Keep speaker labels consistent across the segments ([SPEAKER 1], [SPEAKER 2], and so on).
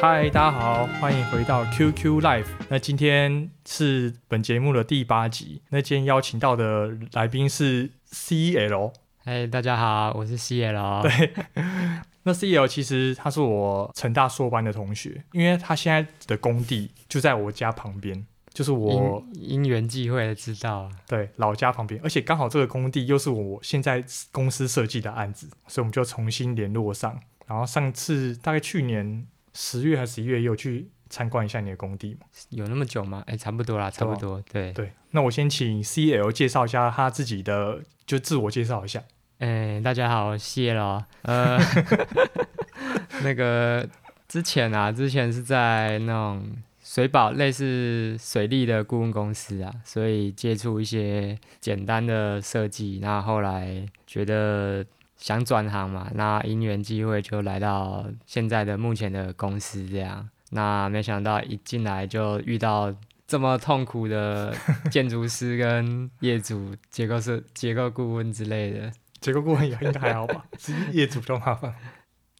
[SPEAKER 1] 嗨，大家好，欢迎回到 QQ Live。那今天是本节目的第八集，那今天邀请到的来宾是 CL。
[SPEAKER 2] 嗨，哎大家好，我是 CL。
[SPEAKER 1] 对，那 CL 其实他是我成大硕班的同学，因为他现在的工地就在我家旁边，就是我
[SPEAKER 2] 因因缘际会知道啊，
[SPEAKER 1] 对老家旁边，而且刚好这个工地又是我现在公司设计的案子，所以我们就重新联络上。然后上次大概去年十月还是十一月，也有去参观一下你的工地嘛。
[SPEAKER 2] 有那么久吗？哎，差不多啦，差不多。对，
[SPEAKER 1] 对，啊那我先请 CL 介绍一下他自己的，就自我介绍一下。
[SPEAKER 2] 哎，大家好，CL。呃， 那个之前啊，之前是在那种水保类似水利的顾问公司啊，所以接触一些简单的设计。那后来觉得想转行嘛，那因缘际会就来到现在的目前的公司这样。那没想到一进来就遇到这么痛苦的建筑师跟业主、结构设、结构顾问之类的，
[SPEAKER 1] 结构顾问也应该还好 吧，是业主比较麻烦。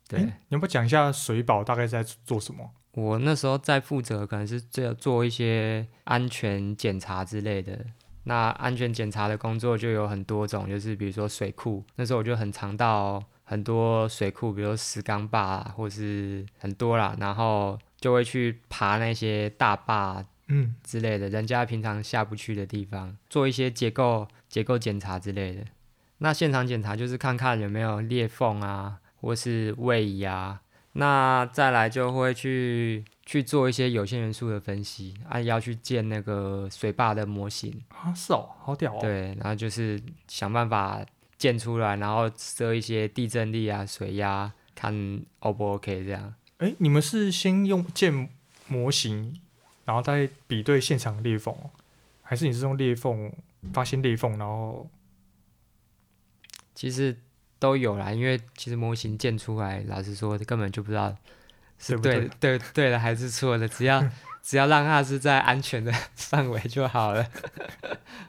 [SPEAKER 2] 对。
[SPEAKER 1] 诶你要不要讲一下水保大概在做什么？
[SPEAKER 2] 我那时候在负责，可能是做做一些安全检查之类的。那安全检查的工作就有很多种，就是比如说水库，那时候我就很常到很多水库，比如说石冈坝啊，或是很多啦，然后就会去爬那些大坝啊
[SPEAKER 1] 嗯，
[SPEAKER 2] 之类的，人家平常下不去的地方，做一些结构结构检查之类的。那现场检查就是看看有没有裂缝啊，或是位移啊。那再来就会去去做一些有限元素的分析，啊，要去建那个水坝的模型，
[SPEAKER 1] 啊，是哦，好屌哦。
[SPEAKER 2] 对，然后就是想办法建出来，然后设一些地震力啊、水压，看 O 不 OK 这样。
[SPEAKER 1] 哎，你们是先用建模型，然后再比对现场的裂缝哦，还是你是用裂缝发现裂缝，然后
[SPEAKER 2] 其实都有啦，因为其实模型建出来，老实说根本就不知道
[SPEAKER 1] 对
[SPEAKER 2] 是
[SPEAKER 1] 不
[SPEAKER 2] 对对对的还是错的，只 要只要让它是在安全的 范围就好了。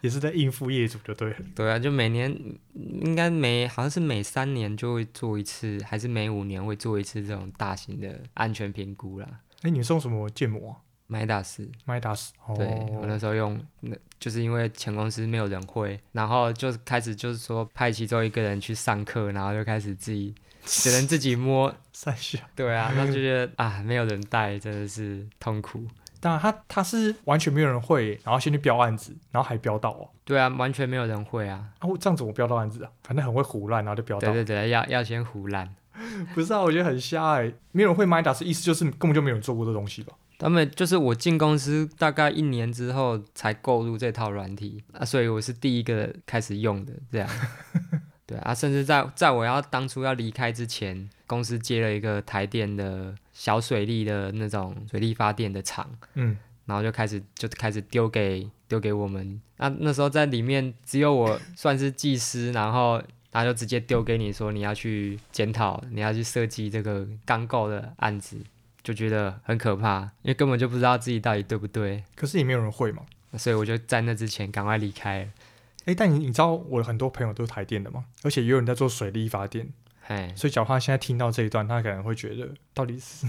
[SPEAKER 1] 也是在应付业主就对了？
[SPEAKER 2] 对啊，就每年应该每好像是每三年就会做一次，还是每五年会做一次这种大型的安全评估啦。
[SPEAKER 1] 哎，你是用什么建模、啊？
[SPEAKER 2] 麦达斯，
[SPEAKER 1] 麦达斯哦，
[SPEAKER 2] 对、我那时候用，那就是因为前公司没有人会，然后就开始就是说派其中一个人去上课，然后就开始自己只能自己摸，
[SPEAKER 1] 三下。
[SPEAKER 2] 对 啊，那就觉得啊，没有人带真的是痛苦。
[SPEAKER 1] 当然他，他是完全没有人会，然后先去标案子，然后还标到哦。
[SPEAKER 2] 对啊，完全没有人会啊。
[SPEAKER 1] 啊，我这样子我标到案子啊，反正很会胡乱，然后就标到。
[SPEAKER 2] 对对对，要要先胡乱。
[SPEAKER 1] 不是啊，我觉得很瞎哎、没有人会 m i d a s 意思就是根本就没有人做过这东西吧？
[SPEAKER 2] 他们就是我进公司大概一年之后才购入这套软体啊，所以我是第一个开始用的这样。 对啊，甚至在在我要当初要离开之前，公司接了一个台电的小水利的那种水利发电的厂，
[SPEAKER 1] 嗯，
[SPEAKER 2] 然后就开始就开始丢给丢给我们。那、那时候在里面只有我算是技师，然后他就直接丢给你说你要去检讨，你要去设计这个钢构的案子，就觉得很可怕，因为根本就不知道自己到底对不对。
[SPEAKER 1] 可是也没有人会嘛。
[SPEAKER 2] 那所以我就在那之前赶快离开了。
[SPEAKER 1] 哎、但你你知道我很多朋友都是台电的嘛，而且也有人在做水力发电，
[SPEAKER 2] 哎，
[SPEAKER 1] 所以假如他现在听到这一段，他可能会觉得到底是，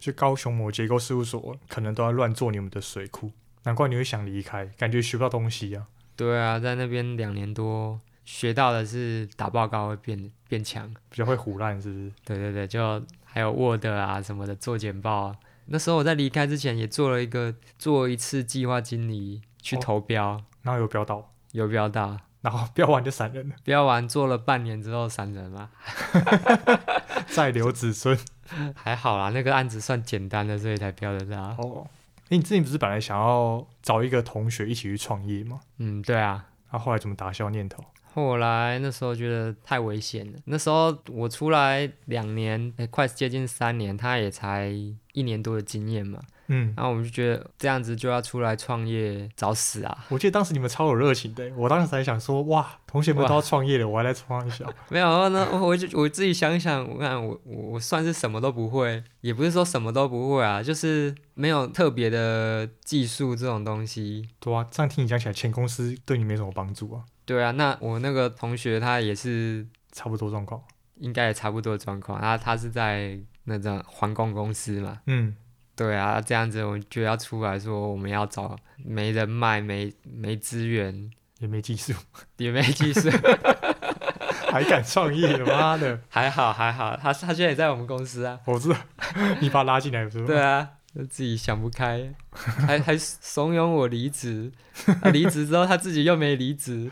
[SPEAKER 1] 就高雄某结构事务所可能都在乱做你们的水库，难怪你会想离开，感觉学不到东西啊。
[SPEAKER 2] 对啊，在那边两年多学到的是打报告会变变强。
[SPEAKER 1] 比较会胡乱，是不是？
[SPEAKER 2] 对对对，就还有 Word 啊什么的做简报、啊。那时候我在离开之前也做了一个做一次计划经理去
[SPEAKER 1] 哦
[SPEAKER 2] 投标，
[SPEAKER 1] 然后有标到，
[SPEAKER 2] 有标到，
[SPEAKER 1] 然后标完就闪人了，
[SPEAKER 2] 标完做了半年之后闪人嘛，
[SPEAKER 1] 再留子孙。
[SPEAKER 2] 还好啦，那个案子算简单的，所以才标得到。
[SPEAKER 1] 哦，哎、你之前不是本来想要找一个同学一起去创业吗？
[SPEAKER 2] 嗯，对啊，
[SPEAKER 1] 那、后来怎么打消念头？
[SPEAKER 2] 后来那时候觉得太危险了。那时候我出来两年，诶快接近三年，他也才一年多的经验嘛。
[SPEAKER 1] 嗯，
[SPEAKER 2] 然后我们就觉得这样子就要出来创业，找死啊！
[SPEAKER 1] 我记得当时你们超有热情的，欸我当时还想说，哇，同学们都要创业了，我还来创一下。
[SPEAKER 2] 没有，那我我就我自己想一想，我看我我我算是什么都不会，也不是说什么都不会啊，就是没有特别的技术这种东西。
[SPEAKER 1] 对啊，这样听你讲起来，前公司对你没什么帮助啊，
[SPEAKER 2] 对啊，那我那个同学他也是，
[SPEAKER 1] 差不多状况。
[SPEAKER 2] 应该也差不多的状况。他他是在那种环工公司嘛。
[SPEAKER 1] 嗯，
[SPEAKER 2] 对啊，这样子我就要出来说我们要找没人脉、没没资源、
[SPEAKER 1] 也没技术，
[SPEAKER 2] 也没技术。
[SPEAKER 1] 还敢创业，妈的！
[SPEAKER 2] 还好还好，他他现在也在我们公司啊。
[SPEAKER 1] 我知道，你把他拉进来是吧？
[SPEAKER 2] 对啊，他自己想不开，还还怂恿我离职。他离职之后他自己又没离职，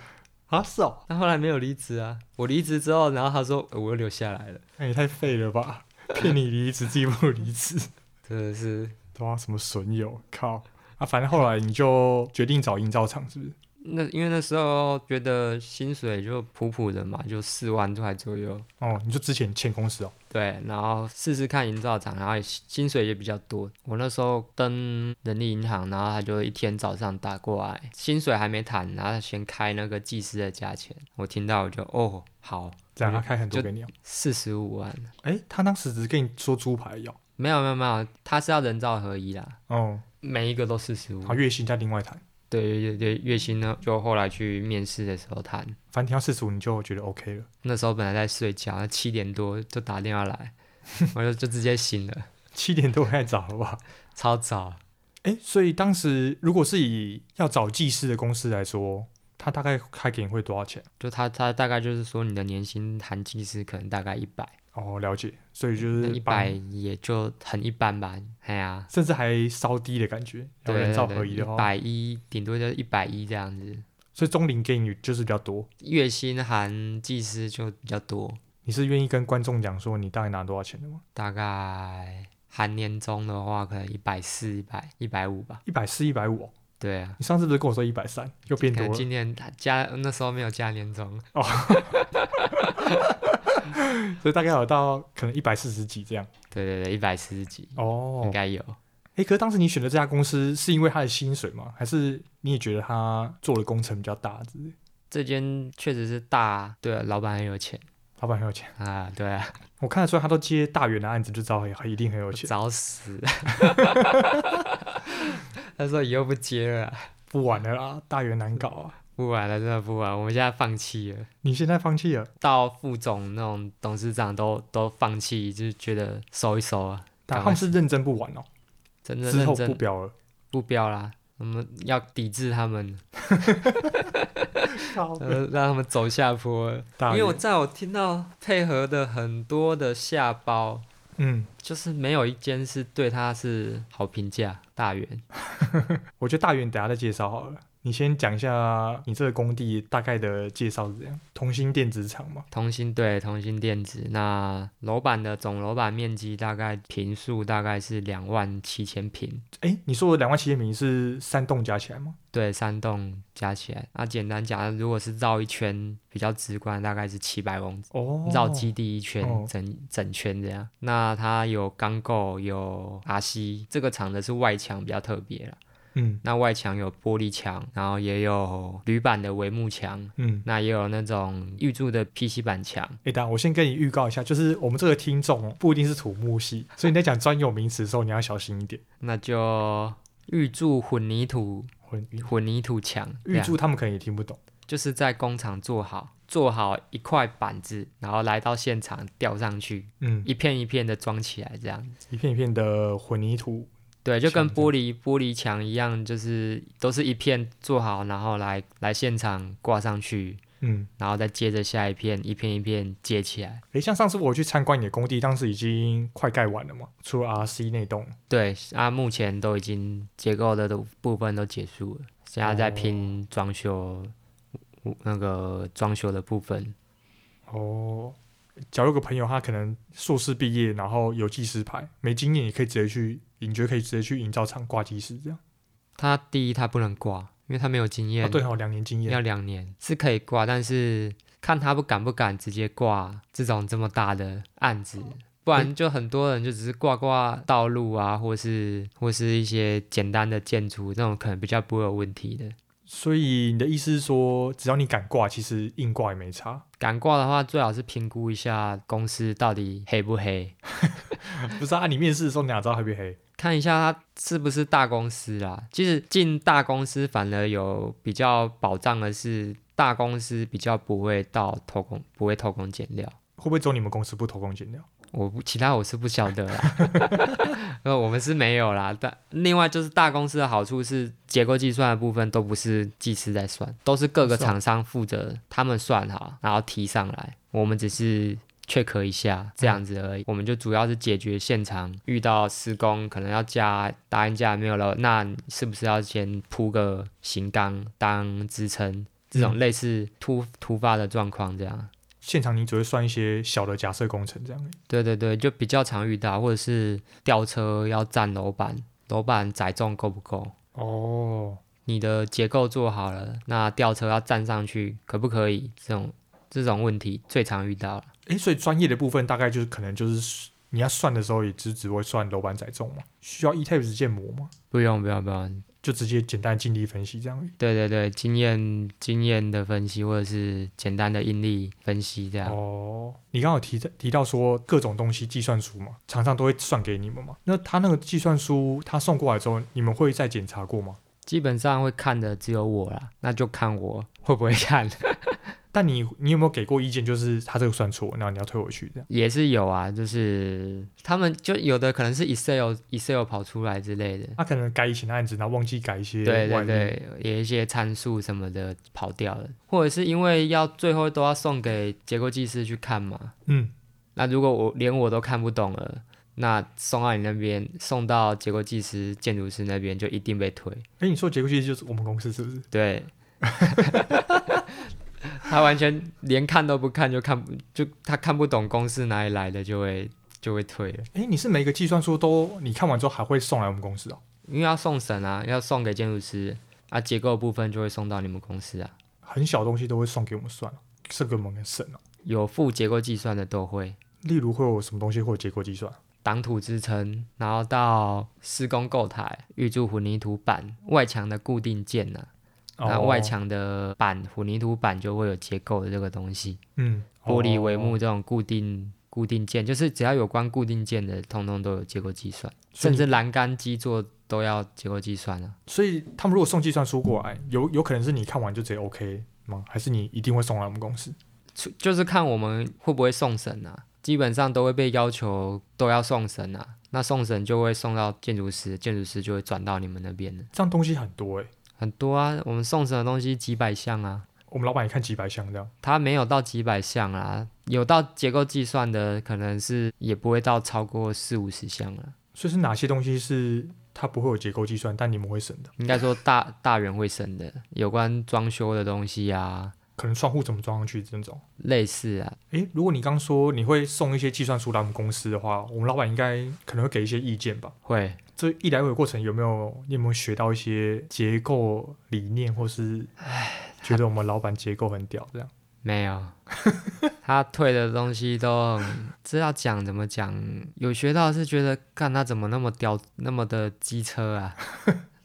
[SPEAKER 1] 啊，是哦，
[SPEAKER 2] 他后来没有离职啊。我离职之后，然后他说、呃我又留下来了，
[SPEAKER 1] 哎那、也太废了吧！骗你离职，自己不离职，
[SPEAKER 2] 真的是。
[SPEAKER 1] 对啊，什么损友，靠！啊，反正后来你就决定找营造厂，是不是？
[SPEAKER 2] 那因为那时候觉得薪水就普普的嘛，就四万块左右。
[SPEAKER 1] 哦，你就之前欠公司哦，
[SPEAKER 2] 对，然后试试看营造厂，然后也薪水也比较多。我那时候登人力银行，然后他就一天早上打过来，薪水还没谈，然后他先开那个技师的价钱。我听到我就哦好，
[SPEAKER 1] 这样他开很多给你哦。
[SPEAKER 2] 四十五万，
[SPEAKER 1] 哎、他当时只是跟你说猪排要，
[SPEAKER 2] 没有没有没有，他是要人造合一啦，
[SPEAKER 1] 哦，
[SPEAKER 2] 每一个都四十五
[SPEAKER 1] 好，。月薪再另外谈，
[SPEAKER 2] 对对对，月薪呢就后来去面试的时候谈，
[SPEAKER 1] 反正听到四十五你就觉得 OK 了，
[SPEAKER 2] 那时候本来在睡觉，七点多就打电话来，我就就直接醒了，
[SPEAKER 1] 七点多太早了吧？
[SPEAKER 2] 超早。
[SPEAKER 1] 哎、所以当时如果是以要找技师的公司来说，他大概开给你会多少钱？
[SPEAKER 2] 就他他大概就是说你的年薪含技师可能大概一百，
[SPEAKER 1] 哦，了解，所以就
[SPEAKER 2] 那
[SPEAKER 1] 是
[SPEAKER 2] 一
[SPEAKER 1] 帮
[SPEAKER 2] 百也就很一般吧，哎呀、
[SPEAKER 1] 甚至还稍低的感觉，要
[SPEAKER 2] 对
[SPEAKER 1] 人造合
[SPEAKER 2] 对，
[SPEAKER 1] 一
[SPEAKER 2] 一
[SPEAKER 1] 的话，
[SPEAKER 2] 百一顶多就一百一这样子，
[SPEAKER 1] 所以中龄给你就是比较多。
[SPEAKER 2] 月薪含技师就比较多，
[SPEAKER 1] 你是愿意跟观众讲说你大概拿多少钱的吗？
[SPEAKER 2] 大概含年终的话可能一百四、一百一百五吧，
[SPEAKER 1] 一百四、一百五，哦
[SPEAKER 2] 对啊。
[SPEAKER 1] 你上次不是跟我说一百三，又变
[SPEAKER 2] 可
[SPEAKER 1] 多
[SPEAKER 2] 能
[SPEAKER 1] 了。
[SPEAKER 2] 今年加那时候没有加年终，
[SPEAKER 1] 所以大概有到可能一百四十几这样。
[SPEAKER 2] 对对对，一百四十几
[SPEAKER 1] 哦
[SPEAKER 2] 应，该有。
[SPEAKER 1] 哎，可是当时你选择这家公司是因为它的薪水吗？还是你也觉得它做的工程比较大之类？
[SPEAKER 2] 这间确实是大，对啊、老板很有钱
[SPEAKER 1] 老板很有钱，
[SPEAKER 2] 啊，对啊，
[SPEAKER 1] 我看得出来他都接大元的案子，就知道他一定很有钱。
[SPEAKER 2] 找死。 他说以后不接了啊，
[SPEAKER 1] 不玩了啦，大元难搞啊！
[SPEAKER 2] 不玩了，真的不玩，我们现在放弃了。
[SPEAKER 1] 你现在放弃了，
[SPEAKER 2] 到副总那种董事长都都放弃，就是觉得收一收啊，
[SPEAKER 1] 但
[SPEAKER 2] 赶
[SPEAKER 1] 他
[SPEAKER 2] 快
[SPEAKER 1] 们是认真不玩哦，
[SPEAKER 2] 真的
[SPEAKER 1] 之后不
[SPEAKER 2] 认真
[SPEAKER 1] 标了。
[SPEAKER 2] 不标啦。我们要抵制他们，
[SPEAKER 1] 靠
[SPEAKER 2] 呃，让他们走下坡了。因
[SPEAKER 1] 大
[SPEAKER 2] 为我
[SPEAKER 1] 元，
[SPEAKER 2] 在我听到配合的很多的下包，
[SPEAKER 1] 嗯，
[SPEAKER 2] 就是没有一间是对他是好评价。大元
[SPEAKER 1] 我觉得大元等下再介绍好了。你先讲一下你这个工地大概的介绍是怎样？同心电子厂嘛，
[SPEAKER 2] 同心对同心电子，那楼板的总楼板面积大概平数大概是两万七千平，
[SPEAKER 1] 哎，你说的两万七千平是三栋加起来吗？
[SPEAKER 2] 对，三栋加起来。那简单讲，如果是绕一圈比较直观，大概是七百公尺，
[SPEAKER 1] 哦，
[SPEAKER 2] 绕基地一圈，
[SPEAKER 1] 哦
[SPEAKER 2] 整整圈这样。那它有钢构，有 RC，这个厂的是外墙比较特别啦。
[SPEAKER 1] 嗯
[SPEAKER 2] 那外墙有玻璃墙，然后也有铝板的帷幕墙，
[SPEAKER 1] 嗯。
[SPEAKER 2] 那也有那种预铸的 PC 板墙。
[SPEAKER 1] 哎，等下我先跟你预告一下，就是我们这个听众哦不一定是土木系，所以你在讲专有名词的时候，你要小心一点。
[SPEAKER 2] 那就预铸混凝土
[SPEAKER 1] 混
[SPEAKER 2] 混凝土墙，
[SPEAKER 1] 预
[SPEAKER 2] 这样
[SPEAKER 1] 祝他们可能也听不懂。
[SPEAKER 2] 就是在工厂做好做好一块板子，然后来到现场吊上去，
[SPEAKER 1] 嗯，
[SPEAKER 2] 一片一片的装起来，这样
[SPEAKER 1] 一片一片的混凝土，
[SPEAKER 2] 对，就跟
[SPEAKER 1] 墙这
[SPEAKER 2] 玻璃玻璃墙一样，就是都是一片做好，然后来来现场挂上去，
[SPEAKER 1] 嗯，
[SPEAKER 2] 然后再接着下一片，一片一片接起来。
[SPEAKER 1] 诶，像上次我去参观你的工地，当时已经快盖完了嘛，除了 RC 那栋，
[SPEAKER 2] 对，啊，目前都已经结构的都部分都结束了，现在在
[SPEAKER 1] 哦
[SPEAKER 2] 拼装修，那个装修的部分。
[SPEAKER 1] 哦，假如有个朋友他可能硕士毕业，然后有技师牌，没经验也可以直接去，你觉得可以直接去营造厂挂技师这样？
[SPEAKER 2] 他第一他不能挂，因为他没有经验。
[SPEAKER 1] 啊，对哦，两年经验，
[SPEAKER 2] 要两年是可以挂，但是看他不敢不敢直接挂这种这么大的案子，不然就很多人就只是挂挂道路啊，或是或是一些简单的建筑那种，可能比较不会有问题的。
[SPEAKER 1] 所以你的意思是说，只要你敢挂，其实硬挂也没差，
[SPEAKER 2] 敢挂的话，最好是评估一下公司到底黑不黑，
[SPEAKER 1] 不是啊？你面试的时候你哪知道黑不黑？
[SPEAKER 2] 看一下它是不是大公司啦。其实进大公司反而有比较保障的是，大公司比较不会到偷工，不会偷工减料。
[SPEAKER 1] 会不会只有你们公司不偷工减料？
[SPEAKER 2] 我不其他我是不晓得啦， 呃，我们是没有啦。但另外就是大公司的好处是，结构计算的部分都不是技师在算，都是各个
[SPEAKER 1] 是哦
[SPEAKER 2] 厂商负责他们算好，然后提上来，我们只是 check 一下这样子而已。我们就主要是解决现场遇到施工可能要加搭音架没有了，那你是不是要先铺个型钢当支撑？这种
[SPEAKER 1] 嗯
[SPEAKER 2] 类似突突发的状况这样。
[SPEAKER 1] 现场你只会算一些小的假设工程这样而已。
[SPEAKER 2] 对对对，就比较常遇到，或者是吊车要站楼板，楼板载重够不够？
[SPEAKER 1] 哦，
[SPEAKER 2] 你的结构做好了，那吊车要站上去可不可以？这种这种问题最常遇到了。
[SPEAKER 1] 诶，所以专业的部分大概就是可能就是你要算的时候，也只只会算楼板载重嘛，需要 E type 直接磨嘛，
[SPEAKER 2] 不用不用不用，
[SPEAKER 1] 就直接简单的静力分析这样而已。
[SPEAKER 2] 对对对，经验经验的分析，或者是简单的应力分析这样。
[SPEAKER 1] 哦，你刚好提到提到说各种东西计算书嘛，厂商都会算给你们嘛。那他那个计算书他送过来之后，你们会再检查过吗？
[SPEAKER 2] 基本上会看的只有我啦，那就看我 会不会看，
[SPEAKER 1] 但你你有没有给过意见，就是他这个算错，然后你要退回去这样？
[SPEAKER 2] 也是有啊，就是他们就有的可能是 Excel Excel 跑出来之类的，
[SPEAKER 1] 他可能改以前的案子，然后忘记改一些
[SPEAKER 2] 对
[SPEAKER 1] 外
[SPEAKER 2] 对
[SPEAKER 1] 面
[SPEAKER 2] 对，有一些参数什么的跑掉了，或者是因为要最后都要送给结构技师去看嘛。
[SPEAKER 1] 嗯，
[SPEAKER 2] 那如果我连我都看不懂了，那送到你那边，送到结构技师、建筑师那边就一定被推。
[SPEAKER 1] 哎，你说结构其实就是我们公司是不是？
[SPEAKER 2] 对， 他完全连看都不看，就看不就他看不懂公式哪里来的，就会就会退了。
[SPEAKER 1] 哎，你是每个计算书都你看完之后还会送来我们公司啊？
[SPEAKER 2] 因为要送审啊，要送给建筑师啊，结构部分就会送到你们公司啊，
[SPEAKER 1] 很小的东西都会送给我们算啊，这个我们省啊。
[SPEAKER 2] 有附结构计算的都会。
[SPEAKER 1] 例如会有什么东西会有结构计算？
[SPEAKER 2] 挡土支撑，然后到施工构台、预注混凝土板、外墙的固定件呐、
[SPEAKER 1] 哦
[SPEAKER 2] 那啊外，墙的板、混凝土板就会有结构的这个东西，
[SPEAKER 1] 嗯，
[SPEAKER 2] 玻璃帷
[SPEAKER 1] 哦
[SPEAKER 2] 幕这种固定固定件，就是只要有关固定件的，通通都有结构计算，
[SPEAKER 1] 所以
[SPEAKER 2] 甚
[SPEAKER 1] 你
[SPEAKER 2] 至栏杆基座都要结构计算啊。
[SPEAKER 1] 所以他们如果送计算书过来，有有可能是你看完就直接 OK 吗？还是你一定会送来我们公司？
[SPEAKER 2] 就就是看我们会不会送审啊，基本上都会被要求都要送审啊，那送审就会送到建筑师，建筑师就会转到你们那边的。
[SPEAKER 1] 这样东西很多诶、哎
[SPEAKER 2] 很多啊，我们送审的东西几百项啊，
[SPEAKER 1] 我们老板也看几百项这样，
[SPEAKER 2] 它没有到几百项啦，有到结构计算的，可能是也不会到超过四五十项啊了。
[SPEAKER 1] 所以是哪些东西是它不会有结构计算，但你们会省的？
[SPEAKER 2] 应该说大 大人会审的，有关装修的东西啊，
[SPEAKER 1] 可能窗户怎么装上去这种。
[SPEAKER 2] 类似啊，
[SPEAKER 1] 诶，如果你刚说你会送一些计算书来我们公司的话，我们老板应该可能会给一些意见吧？
[SPEAKER 2] 会
[SPEAKER 1] 这一来回的过程有没有你有没有学到一些结构理念，或是觉得我们老板结构很屌这样？
[SPEAKER 2] 没有？他退的东西都很知道讲怎么讲，有学到是觉得干他怎么那么屌，那么的机车啊，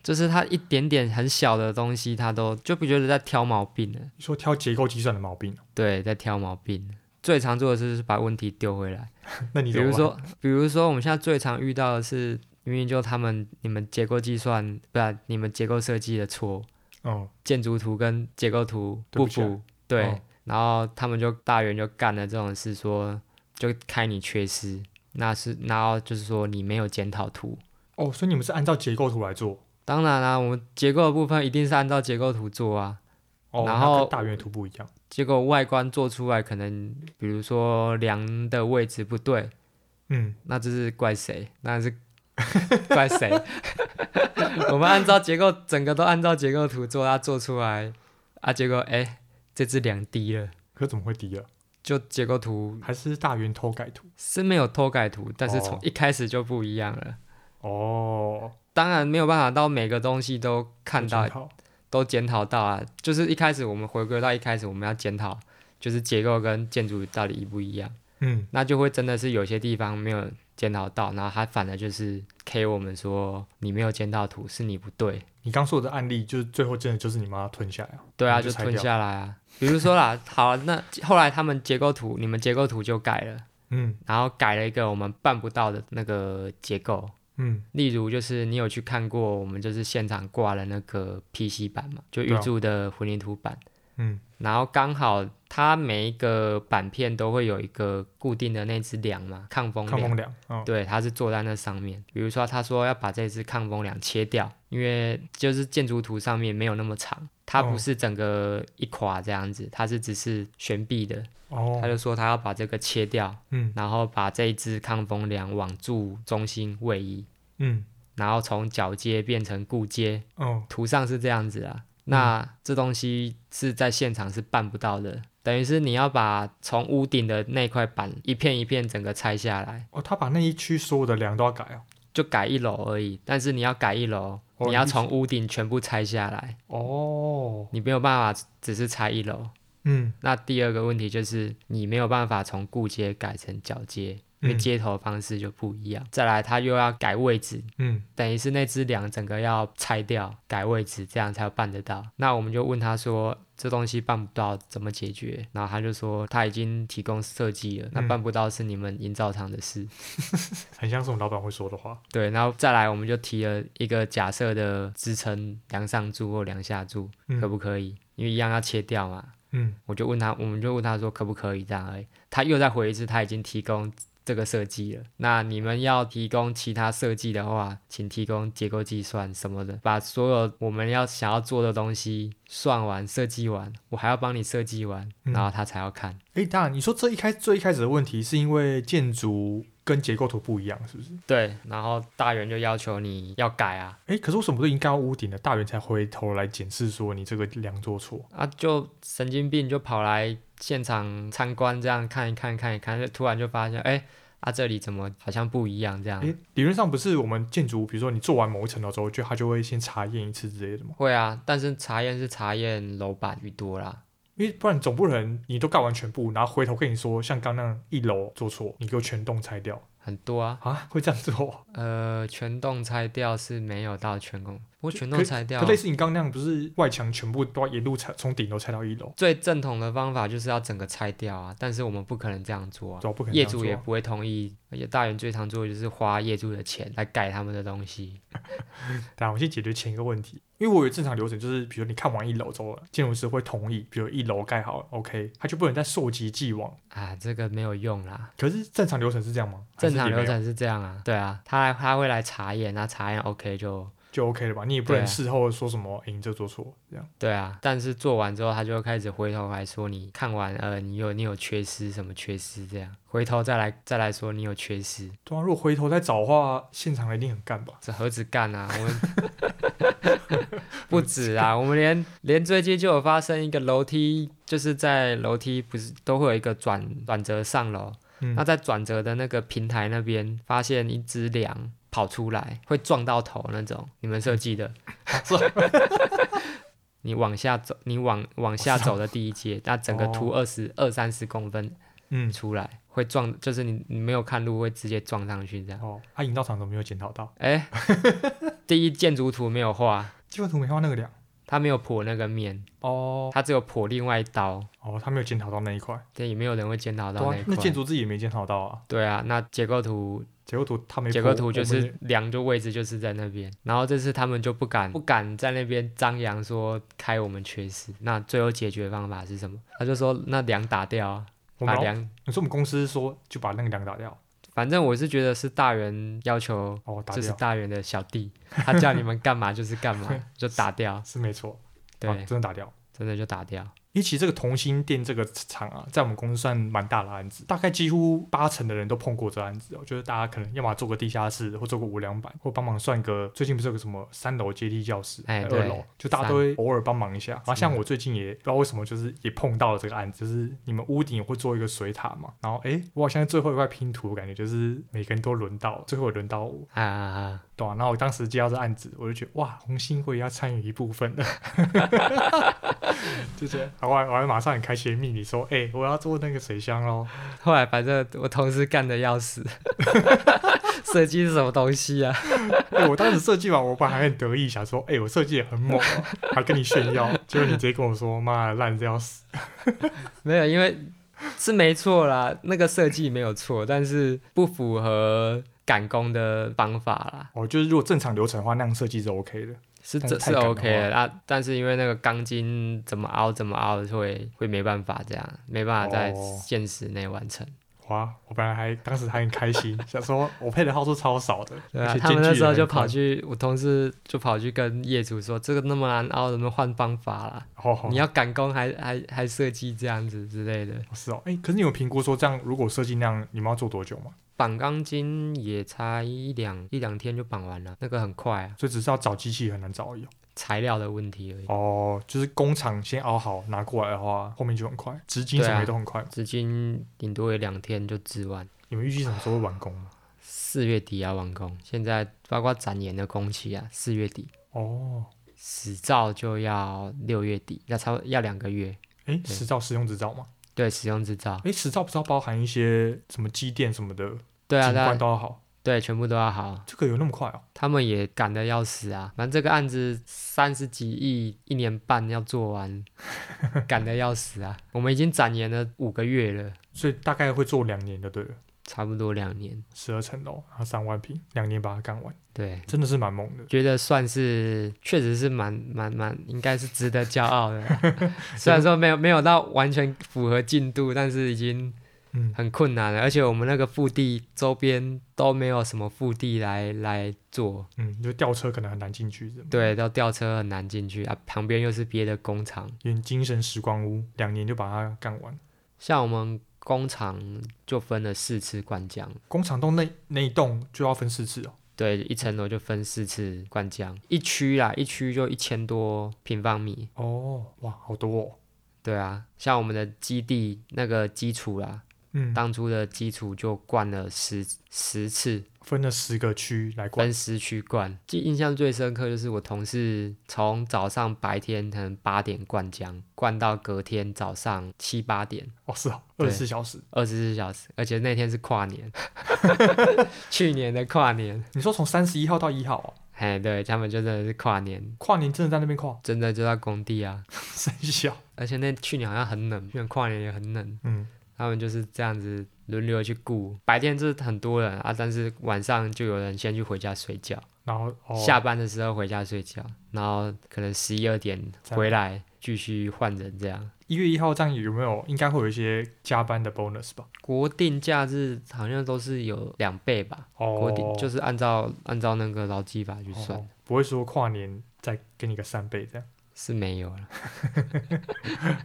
[SPEAKER 2] 就是他一点点很小的东西，他都就不觉得在挑毛病了。
[SPEAKER 1] 你说挑结构计算的毛 病，啊
[SPEAKER 2] 对，在挑毛病。最常做的事就是把问题丢回来，
[SPEAKER 1] 那你
[SPEAKER 2] 比
[SPEAKER 1] 怎么
[SPEAKER 2] 如
[SPEAKER 1] 办
[SPEAKER 2] 说，比如说我们现在最常遇到的是，明明就他们你们结构计算，不然你们结构设计的错，
[SPEAKER 1] 嗯，
[SPEAKER 2] 建筑图跟结构图
[SPEAKER 1] 对不起啊
[SPEAKER 2] 符，对，
[SPEAKER 1] 哦
[SPEAKER 2] 然后他们就大员就干了这种事说就开你缺失，那是然后就是说你没有检讨图。
[SPEAKER 1] 哦，所以你们是按照结构图来做，
[SPEAKER 2] 当然啦、我们结构的部分一定是按照结构图做啊，
[SPEAKER 1] 哦，
[SPEAKER 2] 然
[SPEAKER 1] 那跟
[SPEAKER 2] 后
[SPEAKER 1] 大圆图不一样，
[SPEAKER 2] 结果外观做出来可能，比如说梁的位置不对，
[SPEAKER 1] 嗯，
[SPEAKER 2] 那这是怪谁？那是 怪谁？ 我们按照结构，整个都按照结构图做，它做出来啊，结果哎、这只两低了，
[SPEAKER 1] 可怎么会低啊？
[SPEAKER 2] 就结构图
[SPEAKER 1] 还是大圆偷改图？
[SPEAKER 2] 是没有偷改图，但是
[SPEAKER 1] 哦
[SPEAKER 2] 从一开始就不一样了。
[SPEAKER 1] 哦，
[SPEAKER 2] 当然没有办法到每个东西都看到
[SPEAKER 1] 检，讨
[SPEAKER 2] 都检讨到啊。就是一开始我们回归到一开始我们要检讨，就是结构跟建筑到底一不一样，
[SPEAKER 1] 嗯，
[SPEAKER 2] 那就会真的是有些地方没有检讨到，然后他反而就是 K 我们说你没有检讨图是你不对，
[SPEAKER 1] 你刚说的案例，就是最后真的就是你妈吞下来啊，
[SPEAKER 2] 对啊，
[SPEAKER 1] 你
[SPEAKER 2] 就
[SPEAKER 1] 就拆
[SPEAKER 2] 吞
[SPEAKER 1] 掉
[SPEAKER 2] 下来啊。比如说啦，好，那后来他们结构图，你们结构图就改了，
[SPEAKER 1] 嗯
[SPEAKER 2] 然后改了一个我们办不到的那个结构。
[SPEAKER 1] 嗯，
[SPEAKER 2] 例如，就是你有去看过，我们就是现场挂了那个 PC 板嘛，就预
[SPEAKER 1] 对啊
[SPEAKER 2] 注的混凝土板，
[SPEAKER 1] 嗯，
[SPEAKER 2] 然后刚好它每一个板片都会有一个固定的那只梁嘛，抗风
[SPEAKER 1] 抗
[SPEAKER 2] 梁。
[SPEAKER 1] 风梁哦，
[SPEAKER 2] 对，它是坐在那上面。比如说，他说要把这只抗风梁切掉，因为就是建筑图上面没有那么长，它
[SPEAKER 1] 哦
[SPEAKER 2] 不是整个一垮这样子，它是只是悬臂的。他
[SPEAKER 1] 哦，
[SPEAKER 2] 就说他要把这个切掉，
[SPEAKER 1] 嗯
[SPEAKER 2] 然后把这一只抗风梁往柱中心位移，
[SPEAKER 1] 嗯
[SPEAKER 2] 然后从角阶变成固阶。
[SPEAKER 1] 哦，
[SPEAKER 2] 图上是这样子啊，
[SPEAKER 1] 嗯
[SPEAKER 2] 那这东西是在现场是办不到的。等于是你要把从屋顶的那块板一片一片整个拆下来，
[SPEAKER 1] 哦，他把那一区所有的梁都要改哦。
[SPEAKER 2] 就改一楼而已，但是你要改一楼，
[SPEAKER 1] 哦
[SPEAKER 2] 你要
[SPEAKER 1] 意思
[SPEAKER 2] 从屋顶全部拆下来，
[SPEAKER 1] 哦，
[SPEAKER 2] 你没有办法只是拆一楼。
[SPEAKER 1] 嗯
[SPEAKER 2] 那第二个问题就是你没有办法从固街改成角街，因为
[SPEAKER 1] 嗯
[SPEAKER 2] 接头方式就不一样。再来，它又要改位置，
[SPEAKER 1] 嗯
[SPEAKER 2] 等于是那只梁整个要拆掉改位置，这样才办得到。那我们就问他说。这东西办不到，怎么解决？然后他就说他已经提供设计了，那
[SPEAKER 1] 嗯
[SPEAKER 2] 办不到是你们营造厂的事。
[SPEAKER 1] 很像是我们老板会说的话。
[SPEAKER 2] 对，然后再来我们就提了一个假设的支撑，梁上柱或梁下柱、
[SPEAKER 1] 嗯
[SPEAKER 2] 可不可以？因为一样要切掉嘛，
[SPEAKER 1] 嗯
[SPEAKER 2] 我就问他，我们就问他说可不可以这样而已。他又再回一次，他已经提供这个设计了。那你们要提供其他设计的话，请提供结构计算什么的，把所有我们要想要做的东西算完、设计完，我还要帮你设计完，
[SPEAKER 1] 嗯
[SPEAKER 2] 然后他才要看。
[SPEAKER 1] 诶，当然，你说这一开最一开始的问题是因为建筑跟结构图不一样，是不是？
[SPEAKER 2] 对，然后大圆就要求你要改啊，
[SPEAKER 1] 诶，可是为什么不是已经盖到屋顶的大圆才回头来检视说你这个梁做错？
[SPEAKER 2] 啊，就神经病就跑来现场参观，这样看一看看一看，就突然就发现，哎、啊这里怎么好像不一样这样？
[SPEAKER 1] 诶，理论上不是我们建筑，比如说你做完某一层楼之后，就它就会先查验一次之类的嘛，
[SPEAKER 2] 会啊，但是查验是查验楼板居多啦，
[SPEAKER 1] 因为不然总不能你都盖完全部，然后回头跟你说像刚那样一楼做错，你给我全栋拆掉
[SPEAKER 2] 很多啊。
[SPEAKER 1] 啊？ 会这样做 哦？
[SPEAKER 2] 呃，全栋拆掉是没有到全工，不过全栋
[SPEAKER 1] 可
[SPEAKER 2] 拆掉
[SPEAKER 1] 可类似你刚刚那样，不是外墙全部都要一路拆，从顶楼拆到一楼，
[SPEAKER 2] 最正统的方法就是要整个拆掉啊，但是我们不可能这样做啊。
[SPEAKER 1] 对啊不可能这
[SPEAKER 2] 业
[SPEAKER 1] 样做啊。
[SPEAKER 2] 主也不会同意，而且大元最常做的就是花业主的钱来改他们的东西。
[SPEAKER 1] 当啊然，我先解决前一个问题，因为我有正常流程，就是比如你看完一楼之后，建筑师会同意，比如一楼盖好了，OK，他就不能再溯及既往。
[SPEAKER 2] 啊，这个没有用啦，
[SPEAKER 1] 可是正常流程是这样吗？还
[SPEAKER 2] 正
[SPEAKER 1] 是
[SPEAKER 2] 常
[SPEAKER 1] 也没
[SPEAKER 2] 流
[SPEAKER 1] 有
[SPEAKER 2] 程是这样啊，对啊，他来他会来查验，那查验 OK 就
[SPEAKER 1] 就 OK 了吧？你也不
[SPEAKER 2] 对
[SPEAKER 1] 能
[SPEAKER 2] 啊
[SPEAKER 1] 事后说什么，哎、你这做错这样。
[SPEAKER 2] 对啊，但是做完之后他就开始回头来说你看完呃你有你有缺失什么缺失这样，回头再来再来说你有缺失，
[SPEAKER 1] 对啊，如果回头再找的话，现场一定很干吧？
[SPEAKER 2] 这何止干啊，我们 不止啊，我们连连最近就有发生一个楼梯，就是在楼梯不是都会有一个转转折上楼，
[SPEAKER 1] 嗯
[SPEAKER 2] 那在转折的那个平台那边发现一只梁跑出来，会撞到头那种，你们设计的。 你往下走，你往往下走的第一阶，那整个凸二十二三十公分
[SPEAKER 1] 嗯，
[SPEAKER 2] 出来，会撞，就是你你没有看路会直接撞上去这样。
[SPEAKER 1] 哦，他、营造厂怎么没有检讨到？
[SPEAKER 2] 哎， 第一建筑图没有画，
[SPEAKER 1] 基本图没画那个梁。
[SPEAKER 2] 他没有剖那个面，
[SPEAKER 1] 哦
[SPEAKER 2] 他只有剖另外一刀，
[SPEAKER 1] 哦，他没有检讨到那一块。
[SPEAKER 2] 这也没有人会检讨
[SPEAKER 1] 对
[SPEAKER 2] 到
[SPEAKER 1] 啊
[SPEAKER 2] 那一，
[SPEAKER 1] 那
[SPEAKER 2] 块。
[SPEAKER 1] 建筑自己也没检讨到啊。
[SPEAKER 2] 对啊，那结构图
[SPEAKER 1] 结构图他没破，
[SPEAKER 2] 结构图就
[SPEAKER 1] 我们也
[SPEAKER 2] 是量就位置就是在那边，然后这次他们就不敢不敢在那边张扬说开我们缺失，那最后解决方法是什么？他就说那梁打掉啊，
[SPEAKER 1] 我
[SPEAKER 2] 把
[SPEAKER 1] 们哦老
[SPEAKER 2] 梁，
[SPEAKER 1] 你说我们公司说就把那个梁打掉，
[SPEAKER 2] 反正我是觉得是大元要求，
[SPEAKER 1] 哦，打
[SPEAKER 2] 就是
[SPEAKER 1] 掉
[SPEAKER 2] 大元的小弟，他叫你们干嘛就是干嘛，就打掉，
[SPEAKER 1] 是没错， 啊
[SPEAKER 2] 对，
[SPEAKER 1] 真的打掉。
[SPEAKER 2] 真的就打掉。
[SPEAKER 1] 因为其实这个同心店这个厂啊，在我们公司算蛮大的案子，大概几乎八成的人都碰过这案子哦。就是大家可能要么做个地下室，或做个无良版，或帮忙算个最近不是有个什么三楼阶梯教室，
[SPEAKER 2] 哎
[SPEAKER 1] 还
[SPEAKER 2] 对
[SPEAKER 1] 二楼，就大家都会偶尔帮忙一下。然后像我最近也不知道为什么，就是也碰到了这个案子，就是你们屋顶也会做一个水塔嘛，然后哎，我好像最后一块拼图，感觉就是每个人都轮到，最后也轮到我，
[SPEAKER 2] 啊啊啊！
[SPEAKER 1] 对啊，然后我当时接到这案子，我就觉得哇，红星会要参与一部分的， 就觉得我还我还马上很开心地密你说，哎、我要做那个水箱喽。
[SPEAKER 2] 后来反正我同事干的要死， 设计是什么东西啊？
[SPEAKER 1] 哎、我当时设计完，我本来还很得意，想说，哎、我设计也很猛、啊，还跟你炫耀，结果你直接跟我说，妈的烂的要死。
[SPEAKER 2] 没有，因为是没错啦，那个设计没有错，但是不符合赶工的方法啦。
[SPEAKER 1] 哦，就是如果正常流程的话，那样设计是 OK 的。
[SPEAKER 2] 是
[SPEAKER 1] 但
[SPEAKER 2] 这
[SPEAKER 1] 是太
[SPEAKER 2] 是
[SPEAKER 1] 赶的
[SPEAKER 2] OK 的啊，但是因为那个钢筋怎么凹怎么凹会会没办法这样，没办法在
[SPEAKER 1] 哦
[SPEAKER 2] 限时内完成。
[SPEAKER 1] 哇！我本来还当时还很开心，想说我配的号数超少的，
[SPEAKER 2] 对
[SPEAKER 1] 而
[SPEAKER 2] 啊
[SPEAKER 1] 且，
[SPEAKER 2] 他
[SPEAKER 1] 间
[SPEAKER 2] 们
[SPEAKER 1] 距
[SPEAKER 2] 那
[SPEAKER 1] 也
[SPEAKER 2] 时候
[SPEAKER 1] 很
[SPEAKER 2] 就跑
[SPEAKER 1] 宽，
[SPEAKER 2] 去，我同事就跑去跟业主说，这个那么难凹，能不能换方法啦？
[SPEAKER 1] 好哦好
[SPEAKER 2] 你要赶工还还还设计这样子之类的。
[SPEAKER 1] 是哦，哎、可是你有评估说这样如果设计那样，你们要做多久吗？
[SPEAKER 2] 绑钢筋也才一两一两天就绑完了，那个很快啊，
[SPEAKER 1] 所以只是要找机器很难找而已哦。
[SPEAKER 2] 材料的问题而已。
[SPEAKER 1] 哦，就是工厂先熬好拿过来的话，后面就很快，资金
[SPEAKER 2] 对啊
[SPEAKER 1] 什么也都很快。
[SPEAKER 2] 资金顶多也两天就织完，
[SPEAKER 1] 你们预计什么时候会完工吗？
[SPEAKER 2] 四月底要完工。现在包括展演的工期啊，四月底，
[SPEAKER 1] 哦，
[SPEAKER 2] 实照就要六月底，要超要两个月。
[SPEAKER 1] 哎、
[SPEAKER 2] 对
[SPEAKER 1] 实照使用执照吗？
[SPEAKER 2] 对，使用执照
[SPEAKER 1] 哎、，实照不知道包含一些什么机电什么的，
[SPEAKER 2] 对啊，
[SPEAKER 1] 景
[SPEAKER 2] 对
[SPEAKER 1] 观
[SPEAKER 2] 啊
[SPEAKER 1] 都要好。
[SPEAKER 2] 对，全部都要好。
[SPEAKER 1] 这个有那么快哦？
[SPEAKER 2] 他们也赶得要死啊！反正这个案子三十几亿，一年半要做完， 赶得要死啊！我们已经展延了五个月了，
[SPEAKER 1] 所以大概会做两年就对了，
[SPEAKER 2] 差不多两年。
[SPEAKER 1] 十二层楼，然后三万平，两年把它干完，
[SPEAKER 2] 对，
[SPEAKER 1] 真的是蛮猛的。
[SPEAKER 2] 觉得算是确实是蛮蛮蛮，应该是值得骄傲的啦。 虽然说没有没有到完全符合进度，但是已经
[SPEAKER 1] 嗯，
[SPEAKER 2] 很困难了。而且我们那个腹地周边都没有什么腹地来来做，
[SPEAKER 1] 嗯，就吊车可能很难进去，这样
[SPEAKER 2] 对，到吊车很难进去啊。旁边又是别的工厂，
[SPEAKER 1] 连精神时光屋两年就把它干完。
[SPEAKER 2] 像我们工厂就分了四次灌浆，
[SPEAKER 1] 工厂栋那那一栋就要分四次哦。
[SPEAKER 2] 对，一层楼就分四次灌浆，一区啦，一区就一千多平方米，
[SPEAKER 1] 哦，哇，好多哦。
[SPEAKER 2] 对啊，像我们的基地那个基础啦，
[SPEAKER 1] 嗯，
[SPEAKER 2] 当初的基础就灌了十十次，
[SPEAKER 1] 分了十个区来管。
[SPEAKER 2] 分十区灌。记印象最深刻就是我同事从早上白天可能八点灌浆，灌到隔天早上七八点，
[SPEAKER 1] 哦，是哦，二
[SPEAKER 2] 对
[SPEAKER 1] 十四小时。
[SPEAKER 2] 二十四小时，而且那天是跨年， 去年的跨年，
[SPEAKER 1] 你说从三十一号到一号哦，
[SPEAKER 2] 嘿，对他们就真的是跨年，
[SPEAKER 1] 跨年真的在那边跨，
[SPEAKER 2] 真的就在工地啊，
[SPEAKER 1] 三小。
[SPEAKER 2] 而且那去年好像很冷，去年跨年也很冷。
[SPEAKER 1] 嗯，
[SPEAKER 2] 他们就是这样子轮流去顾，白天就是很多人啊，但是晚上就有人先去回家睡觉，
[SPEAKER 1] 然后哦，
[SPEAKER 2] 下班的时候回家睡觉，然后可能十一二点
[SPEAKER 1] 再
[SPEAKER 2] 回来继续换人这样。
[SPEAKER 1] 一月一号这样有没有？应该会有一些加班的 bonus 吧？
[SPEAKER 2] 国定假日好像都是有两倍吧，
[SPEAKER 1] 哦，
[SPEAKER 2] 国定就是按照按照那个劳基法去
[SPEAKER 1] 哦
[SPEAKER 2] 算，
[SPEAKER 1] 不会说跨年再给你个三倍这样。
[SPEAKER 2] 是没有了。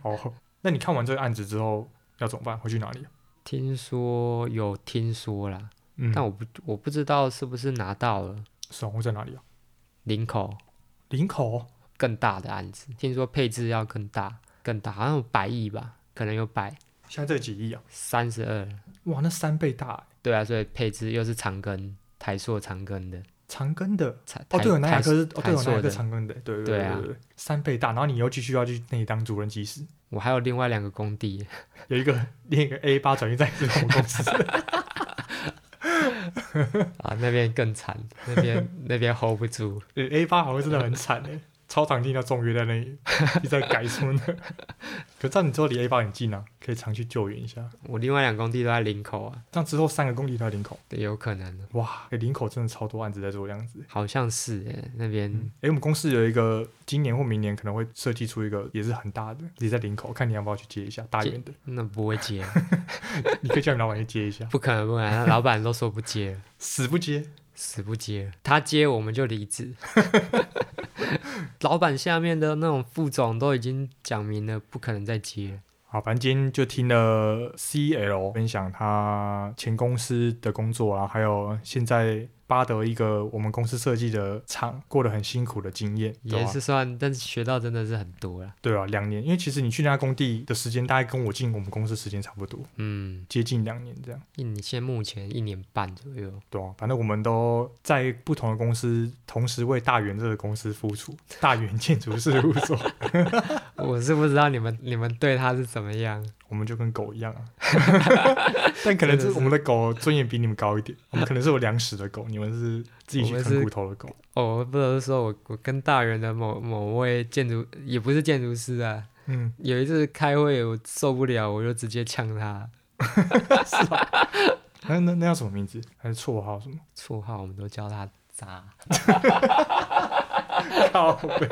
[SPEAKER 1] 哦，那你看完这个案子之后要怎么办？回去哪里？啊
[SPEAKER 2] 听说有听说啦，
[SPEAKER 1] 嗯，
[SPEAKER 2] 但我不我不知道是不是拿到了
[SPEAKER 1] 爽屋在哪里啊？
[SPEAKER 2] 林口
[SPEAKER 1] 林口哦
[SPEAKER 2] 更大的案子，听说配置要更大更大，好像有百亿吧，可能有百
[SPEAKER 1] 现在这个几亿啊？
[SPEAKER 2] 三十二，
[SPEAKER 1] 哇，那三倍大、欸，
[SPEAKER 2] 对啊，所以配置又是长庚台塑长庚的，
[SPEAKER 1] 长庚的
[SPEAKER 2] 台
[SPEAKER 1] 哦，
[SPEAKER 2] 台
[SPEAKER 1] 对，有南亚
[SPEAKER 2] 台
[SPEAKER 1] 科是哦，对，
[SPEAKER 2] 台
[SPEAKER 1] 有南
[SPEAKER 2] 塑
[SPEAKER 1] 亚科
[SPEAKER 2] 的，
[SPEAKER 1] 长庚的，对对
[SPEAKER 2] 对啊
[SPEAKER 1] 对对，三倍大，然后你又继续要去那里当主任技师，
[SPEAKER 2] 我还有另外两个工地，
[SPEAKER 1] 有一 个另一个 A 八转运站是我们公 司，
[SPEAKER 2] 啊，那边更惨，那 边那边 hold 不住，
[SPEAKER 1] A 八好像真的很惨哎，超常听到仲约在那 里一直在改什么的，可这样你之后离 A 八很近啊，可以常去救援一下，
[SPEAKER 2] 我另外两个工地都在林口啊，
[SPEAKER 1] 这样之后三个公里到林口，
[SPEAKER 2] 对，有可能的，
[SPEAKER 1] 哇，欸林口真的超多案子在做这样子欸。
[SPEAKER 2] 好像是耶，那边、
[SPEAKER 1] 嗯，哎、我们公司有一个今年或明年可能会设计出一个也是很大的，也在林口，看你要不要去接一下大圆的，
[SPEAKER 2] 那不会接，
[SPEAKER 1] 你可以叫你老板去接一下，
[SPEAKER 2] 不可能不可能，老板都说不接了，
[SPEAKER 1] 死不接，
[SPEAKER 2] 死不接了，他接我们就 离职。老板下面的那种副总都已经讲明了，不可能再接了。
[SPEAKER 1] 好，反正今天就听了 CL 分享他前公司的工作啊，还有现在巴德一个我们公司设计的厂过得很辛苦的经验，对
[SPEAKER 2] 也
[SPEAKER 1] 啊
[SPEAKER 2] 是算，但是学到真的是很多了。
[SPEAKER 1] 对啊，两年，因为其实你去那家工地的时间大概跟我进我们公司时间差不多，
[SPEAKER 2] 嗯，
[SPEAKER 1] 接近两年这样，
[SPEAKER 2] 一年现目前一年半左右，
[SPEAKER 1] 对啊，反正我们都在不同的公司同时为大元这个公司付出，大元建筑事务所，
[SPEAKER 2] 我是不知道你们你们对他是怎么样，
[SPEAKER 1] 我们就跟狗一样 啊，但可能是我们的狗尊严比你们高一点，我们可能是有粮食的狗，你们是自己
[SPEAKER 2] 我
[SPEAKER 1] 去
[SPEAKER 2] 们
[SPEAKER 1] 啃
[SPEAKER 2] 是
[SPEAKER 1] 骨头的狗。
[SPEAKER 2] 哦，我不得不说我我跟大原的某某位建筑也不是建筑师啊，
[SPEAKER 1] 嗯，
[SPEAKER 2] 有一次开会我受不了，我就直接呛他，
[SPEAKER 1] 那那那叫什么名字？还是绰号什么？
[SPEAKER 2] 绰号我们都叫他渣，
[SPEAKER 1] 靠背，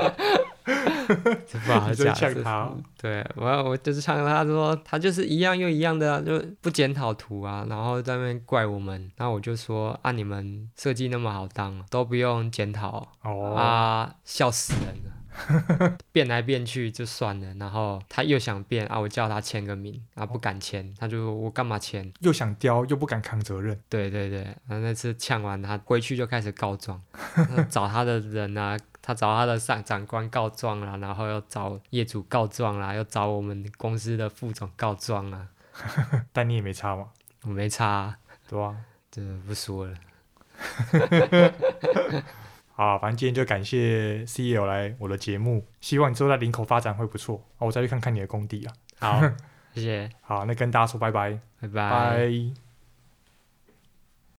[SPEAKER 2] 这不好
[SPEAKER 1] 你真
[SPEAKER 2] 讲。
[SPEAKER 1] 呛
[SPEAKER 2] 这
[SPEAKER 1] 他哦
[SPEAKER 2] 对，我要我就是呛他说，他就是一样又一样的啊，就不检讨图啊，然后在那边怪我们。然后我就说啊，你们设计那么好当，都不用检讨
[SPEAKER 1] 哦，
[SPEAKER 2] 啊，笑死人了。 变来变去就算了，然后他又想变啊，我叫他签个名啊，不敢签，他就说我干嘛签？
[SPEAKER 1] 又想刁又不敢扛责任，
[SPEAKER 2] 对对对，然后那次呛完他回去就开始告状，他找他的人啊， 他找他的上长官告状啦、然后又找业主告状啦、又找我们公司的副总告状啊，
[SPEAKER 1] 但你也没差嘛，
[SPEAKER 2] 我没差啊、
[SPEAKER 1] 对吧、啊？
[SPEAKER 2] 这不说了，
[SPEAKER 1] 好，反正今天就感谢 C E L 来我的节目，希望你之后在林口发展会不错 啊，我再去看看你的工地啊。
[SPEAKER 2] 好，谢谢，
[SPEAKER 1] 好，那跟大家说拜拜，
[SPEAKER 2] 拜拜。
[SPEAKER 1] 拜。